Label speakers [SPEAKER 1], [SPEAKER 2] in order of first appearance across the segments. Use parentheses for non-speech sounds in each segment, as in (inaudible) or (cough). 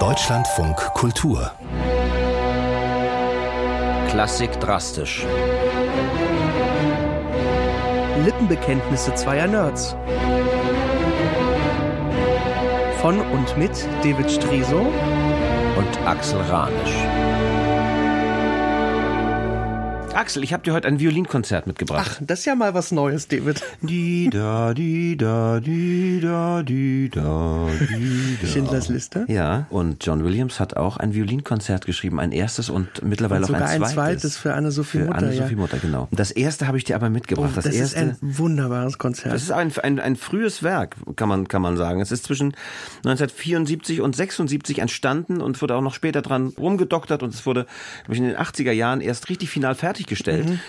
[SPEAKER 1] Deutschlandfunk Kultur.
[SPEAKER 2] Klassik drastisch.
[SPEAKER 3] Lippenbekenntnisse zweier Nerds. Von und mit David Striso
[SPEAKER 2] und Axel Ranisch. Axel, ich habe dir heute ein Violinkonzert mitgebracht.
[SPEAKER 3] Ach, das ist ja mal was Neues, David. (laughs)
[SPEAKER 2] Di da di da di da di da di da.
[SPEAKER 3] Schindlers Liste.
[SPEAKER 2] (laughs) Ja, und John Williams hat auch ein Violinkonzert geschrieben, ein erstes und mittlerweile
[SPEAKER 3] Und
[SPEAKER 2] auch
[SPEAKER 3] sogar
[SPEAKER 2] ein zweites.
[SPEAKER 3] ein zweites für Anne-Sophie
[SPEAKER 2] Für
[SPEAKER 3] Mutter.
[SPEAKER 2] Anne-Sophie
[SPEAKER 3] ja.
[SPEAKER 2] Mutter, genau. Das erste habe ich dir aber mitgebracht.
[SPEAKER 3] das
[SPEAKER 2] das, erste
[SPEAKER 3] ist ein wunderbares Konzert.
[SPEAKER 2] das ist ein, ein, ein frühes Werk, kann man, kann man sagen. Es ist zwischen 1974 und 76 entstanden und wurde auch noch später dran rumgedoktert und es wurde, glaube ich, in den 80er Jahren erst richtig final fertiggestellt.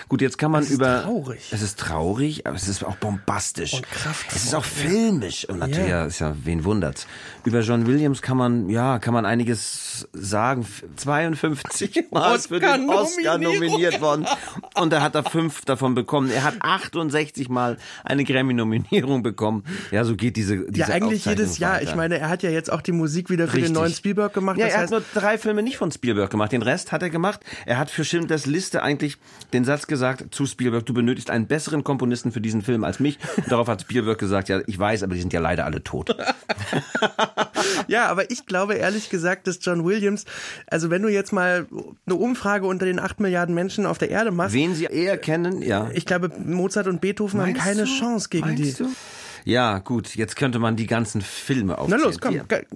[SPEAKER 2] Gut, jetzt kann man
[SPEAKER 3] Mhm. Es ist
[SPEAKER 2] über.
[SPEAKER 3] traurig.
[SPEAKER 2] Es ist traurig, aber es ist auch bombastisch.
[SPEAKER 3] Und kraftvoll.
[SPEAKER 2] Es ist auch filmisch. Und natürlich, ja, ist ja, wen wundert's. Über John Williams kann man, ja, kann man einiges sagen. F-
[SPEAKER 3] (laughs)
[SPEAKER 2] 52 Mal für den Oscar
[SPEAKER 3] Oscar-Nominierung.
[SPEAKER 2] nominiert worden. Und er hat da fünf davon bekommen. Er hat 68 Mal eine Grammy-Nominierung bekommen. Ja, so geht diese, diese
[SPEAKER 3] ja, eigentlich
[SPEAKER 2] Aufzeichnung
[SPEAKER 3] jedes Jahr.
[SPEAKER 2] weiter.
[SPEAKER 3] Ich meine, er hat ja jetzt auch die Musik wieder für den
[SPEAKER 2] Richtig.
[SPEAKER 3] neuen Spielberg gemacht.
[SPEAKER 2] Ja,
[SPEAKER 3] das
[SPEAKER 2] er
[SPEAKER 3] heißt,
[SPEAKER 2] hat nur drei Filme nicht von Spielberg gemacht. Den Rest hat er gemacht. Er hat für Schindlers Liste eigentlich den Satz gesagt zu Spielberg, du benötigst einen besseren Komponisten für diesen Film als mich. Und darauf hat Spielberg gesagt, ja, ich weiß, aber die sind ja leider alle
[SPEAKER 3] (laughs)
[SPEAKER 2] tot.
[SPEAKER 3] Ja, aber ich glaube ehrlich gesagt, dass John Williams, also wenn du jetzt mal eine Umfrage unter den 8 Milliarden Menschen auf der Erde machst,
[SPEAKER 2] Wen sie eher kennen, ja.
[SPEAKER 3] ich glaube, Mozart und Beethoven
[SPEAKER 2] Meinst
[SPEAKER 3] haben keine
[SPEAKER 2] du?
[SPEAKER 3] Chance gegen
[SPEAKER 2] Meinst
[SPEAKER 3] die.
[SPEAKER 2] du? Ja, gut, jetzt könnte man die ganzen Filme
[SPEAKER 3] Na
[SPEAKER 2] aufzählen.
[SPEAKER 3] los, komm.
[SPEAKER 2] Ja.
[SPEAKER 3] ge-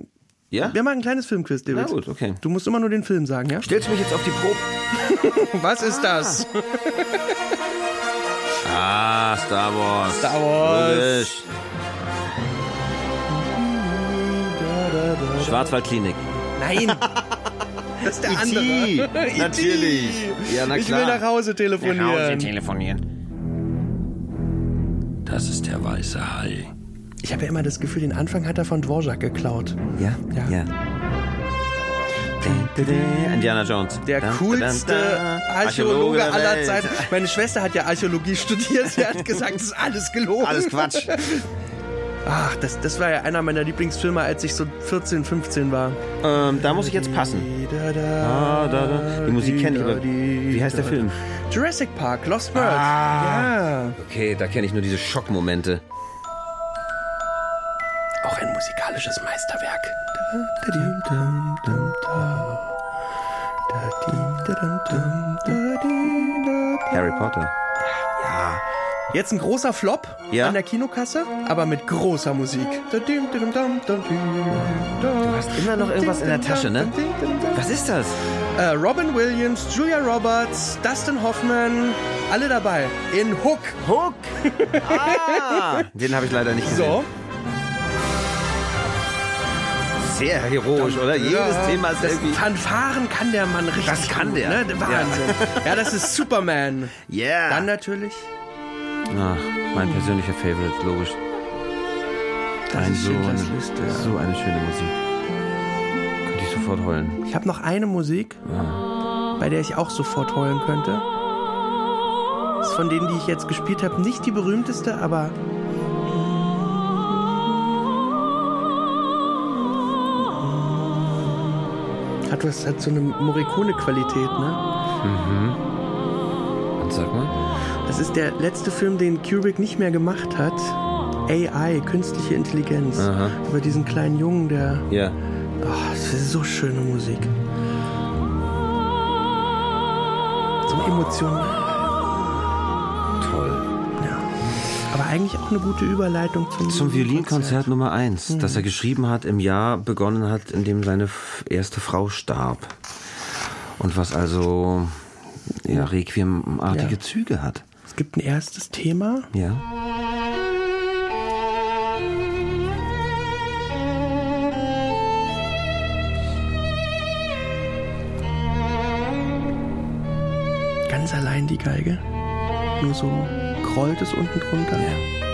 [SPEAKER 2] ja?
[SPEAKER 3] Wir machen ein kleines Filmquiz, David.
[SPEAKER 2] Na gut, okay.
[SPEAKER 3] Du musst immer nur den Film sagen, ja?
[SPEAKER 2] Stellst du mich jetzt auf die Probe?
[SPEAKER 3] (laughs) Was ist das?
[SPEAKER 2] Ah, Star Wars.
[SPEAKER 3] Star Wars.
[SPEAKER 2] Logisch. Schwarzwaldklinik.
[SPEAKER 3] Nein. E Das ist der
[SPEAKER 2] E.T.,
[SPEAKER 3] andere. E.T..
[SPEAKER 2] natürlich. Ja, na
[SPEAKER 3] ich
[SPEAKER 2] klar.
[SPEAKER 3] will nach Hause telefonieren.
[SPEAKER 2] telefonieren. Das ist der weiße Hai.
[SPEAKER 3] Ich habe ja immer das Gefühl, den Anfang hat er von Dvorak geklaut.
[SPEAKER 2] Ja?
[SPEAKER 3] Ja.
[SPEAKER 2] Indiana Jones.
[SPEAKER 3] Der
[SPEAKER 2] Dun,
[SPEAKER 3] coolste
[SPEAKER 2] dun, dun, dun.
[SPEAKER 3] Archäologe
[SPEAKER 2] der
[SPEAKER 3] aller
[SPEAKER 2] Welt.
[SPEAKER 3] Zeiten. Meine Schwester hat ja Archäologie studiert. Sie hat gesagt, das ist alles gelogen.
[SPEAKER 2] Alles Quatsch.
[SPEAKER 3] Ach, das, das war ja einer meiner Lieblingsfilme, als ich so 14, 15 war.
[SPEAKER 2] ähm, da muss ich jetzt passen. Ah, da, da. Die Musik kenne ich, aber wie heißt der Film?
[SPEAKER 3] Jurassic Park, Lost World.
[SPEAKER 2] Ah. Okay, da kenne ich nur diese Schockmomente.
[SPEAKER 3] Ja. Auch ein musikalisches Meisterwerk.
[SPEAKER 2] Harry Potter.
[SPEAKER 3] Jetzt ein großer Flop
[SPEAKER 2] Ja.
[SPEAKER 3] an der Kinokasse, aber mit großer Musik. Du
[SPEAKER 2] hast immer noch irgendwas in der Tasche, ne? Was ist das?
[SPEAKER 3] Äh, Robin Williams, Julia Roberts, Dustin Hoffman, alle dabei. In Hook.
[SPEAKER 2] Hook! Ah! Den habe ich leider nicht gesehen.
[SPEAKER 3] So,
[SPEAKER 2] Sehr heroisch, oder? Jedes Thema ist
[SPEAKER 3] das
[SPEAKER 2] irgendwie.
[SPEAKER 3] Fanfaren kann der Mann richtig.
[SPEAKER 2] Das kann
[SPEAKER 3] gut,
[SPEAKER 2] der.
[SPEAKER 3] Ne? Wahnsinn. Ja. das ist Superman.
[SPEAKER 2] Yeah!
[SPEAKER 3] Dann natürlich.
[SPEAKER 2] Ach, mein persönlicher Favorite, logisch.
[SPEAKER 3] Das ist Schindlers
[SPEAKER 2] eine-
[SPEAKER 3] Liste.
[SPEAKER 2] so eine schöne Musik. Könnte ich sofort heulen.
[SPEAKER 3] Ich habe noch eine Musik, bei der ich auch sofort heulen könnte. Ist von denen, die ich jetzt gespielt habe, nicht die berühmteste, aber hat was hat so eine Morricone-Qualität, ne?
[SPEAKER 2] Und sag mal.
[SPEAKER 3] Das ist der letzte Film, den Kubrick nicht mehr gemacht hat. AI, künstliche Intelligenz.
[SPEAKER 2] Aha.
[SPEAKER 3] Über diesen kleinen Jungen, der.
[SPEAKER 2] Ja.
[SPEAKER 3] Oh, das ist so schöne Musik. So emotional.
[SPEAKER 2] Toll.
[SPEAKER 3] Aber eigentlich auch eine gute Überleitung zum,
[SPEAKER 2] Zum Violinkonzert Nummer 1,
[SPEAKER 3] Hm.
[SPEAKER 2] das er geschrieben hat, im Jahr begonnen hat, in dem seine f- erste Frau starb. Und was also ja, Requiem-artige
[SPEAKER 3] Ja.
[SPEAKER 2] Züge hat.
[SPEAKER 3] Es gibt ein erstes Thema.
[SPEAKER 2] Ja.
[SPEAKER 3] Ganz allein die Geige. Nur so grollt es unten drunter.
[SPEAKER 2] ja.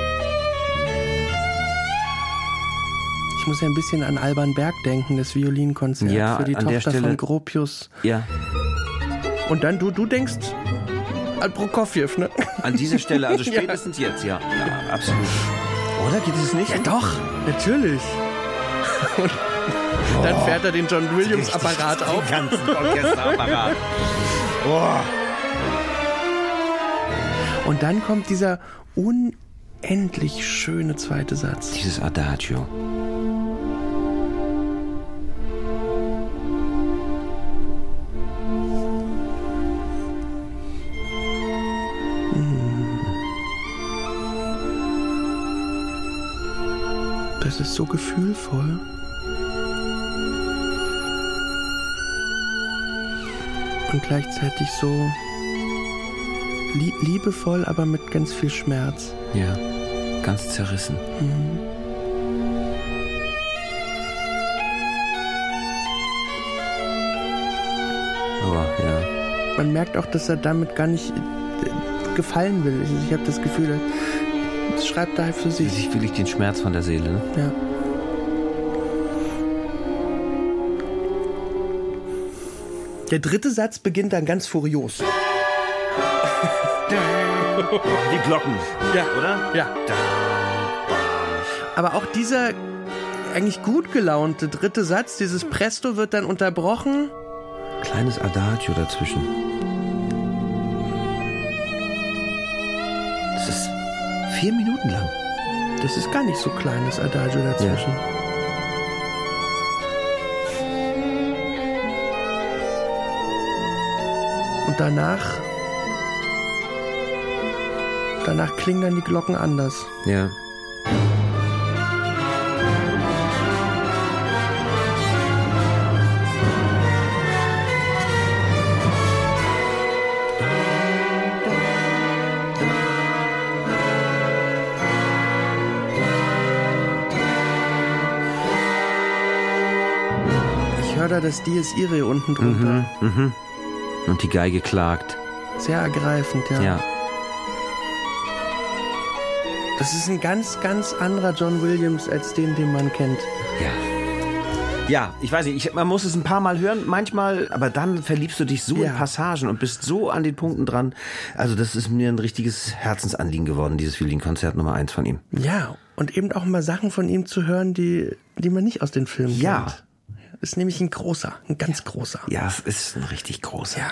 [SPEAKER 3] Ich muss ja ein bisschen an Alban Berg denken, das Violinkonzert
[SPEAKER 2] Ja,
[SPEAKER 3] für die
[SPEAKER 2] an
[SPEAKER 3] Tochter
[SPEAKER 2] der Stelle-
[SPEAKER 3] von Gropius.
[SPEAKER 2] Ja.
[SPEAKER 3] Und dann du, du denkst an Prokofjew, ne? (laughs)
[SPEAKER 2] An dieser Stelle, (laughs) also spätestens jetzt, ja. ja. Absolut. Oder geht es nicht?
[SPEAKER 3] Ja, doch, natürlich. (laughs) Und dann fährt er den John Williams-Apparat auf.
[SPEAKER 2] Den ganzen Orchesterapparat.
[SPEAKER 3] Und dann kommt dieser unendlich schöne zweite Satz.
[SPEAKER 2] Dieses Adagio.
[SPEAKER 3] Das ist so gefühlvoll. Und gleichzeitig so lie- liebevoll, aber mit ganz viel Schmerz.
[SPEAKER 2] Ja, ganz zerrissen. Mhm. Oh, ja.
[SPEAKER 3] Man merkt auch, dass er damit gar nicht äh, gefallen will. Ich, ich habe das Gefühl, er schreibt da halt für sich.
[SPEAKER 2] Sich will ich den Schmerz von der Seele. Ne?
[SPEAKER 3] Ja. Der dritte Satz beginnt dann ganz furios.
[SPEAKER 2] Die Glocken,
[SPEAKER 3] Ja,
[SPEAKER 2] oder?
[SPEAKER 3] Ja. Aber auch dieser eigentlich gut gelaunte dritte Satz, dieses Presto wird dann unterbrochen.
[SPEAKER 2] Kleines Adagio dazwischen. Das ist vier Minuten lang.
[SPEAKER 3] Das ist gar nicht so kleines Adagio dazwischen. Und danach danach klingen dann die Glocken anders.
[SPEAKER 2] Ja.
[SPEAKER 3] Ich höre da das Dies Irae unten drunter.
[SPEAKER 2] Und die Geige klagt.
[SPEAKER 3] Sehr ergreifend, ja.
[SPEAKER 2] Ja.
[SPEAKER 3] Das ist ein ganz, ganz anderer John Williams als den, den man kennt.
[SPEAKER 2] Ja. Ja, ich weiß nicht, ich, man muss es ein paar Mal hören, manchmal, aber dann verliebst du dich so
[SPEAKER 3] Ja.
[SPEAKER 2] in Passagen und bist so an den Punkten dran. Also das ist mir ein richtiges Herzensanliegen geworden, dieses Violin-Konzert Nummer eins von ihm.
[SPEAKER 3] Ja, und eben auch mal Sachen von ihm zu hören, die, die man nicht aus den Filmen
[SPEAKER 2] Ja.
[SPEAKER 3] kennt. Ist nämlich ein großer, ein ganz großer.
[SPEAKER 2] Ja, es ist ein richtig großer.
[SPEAKER 3] Ja.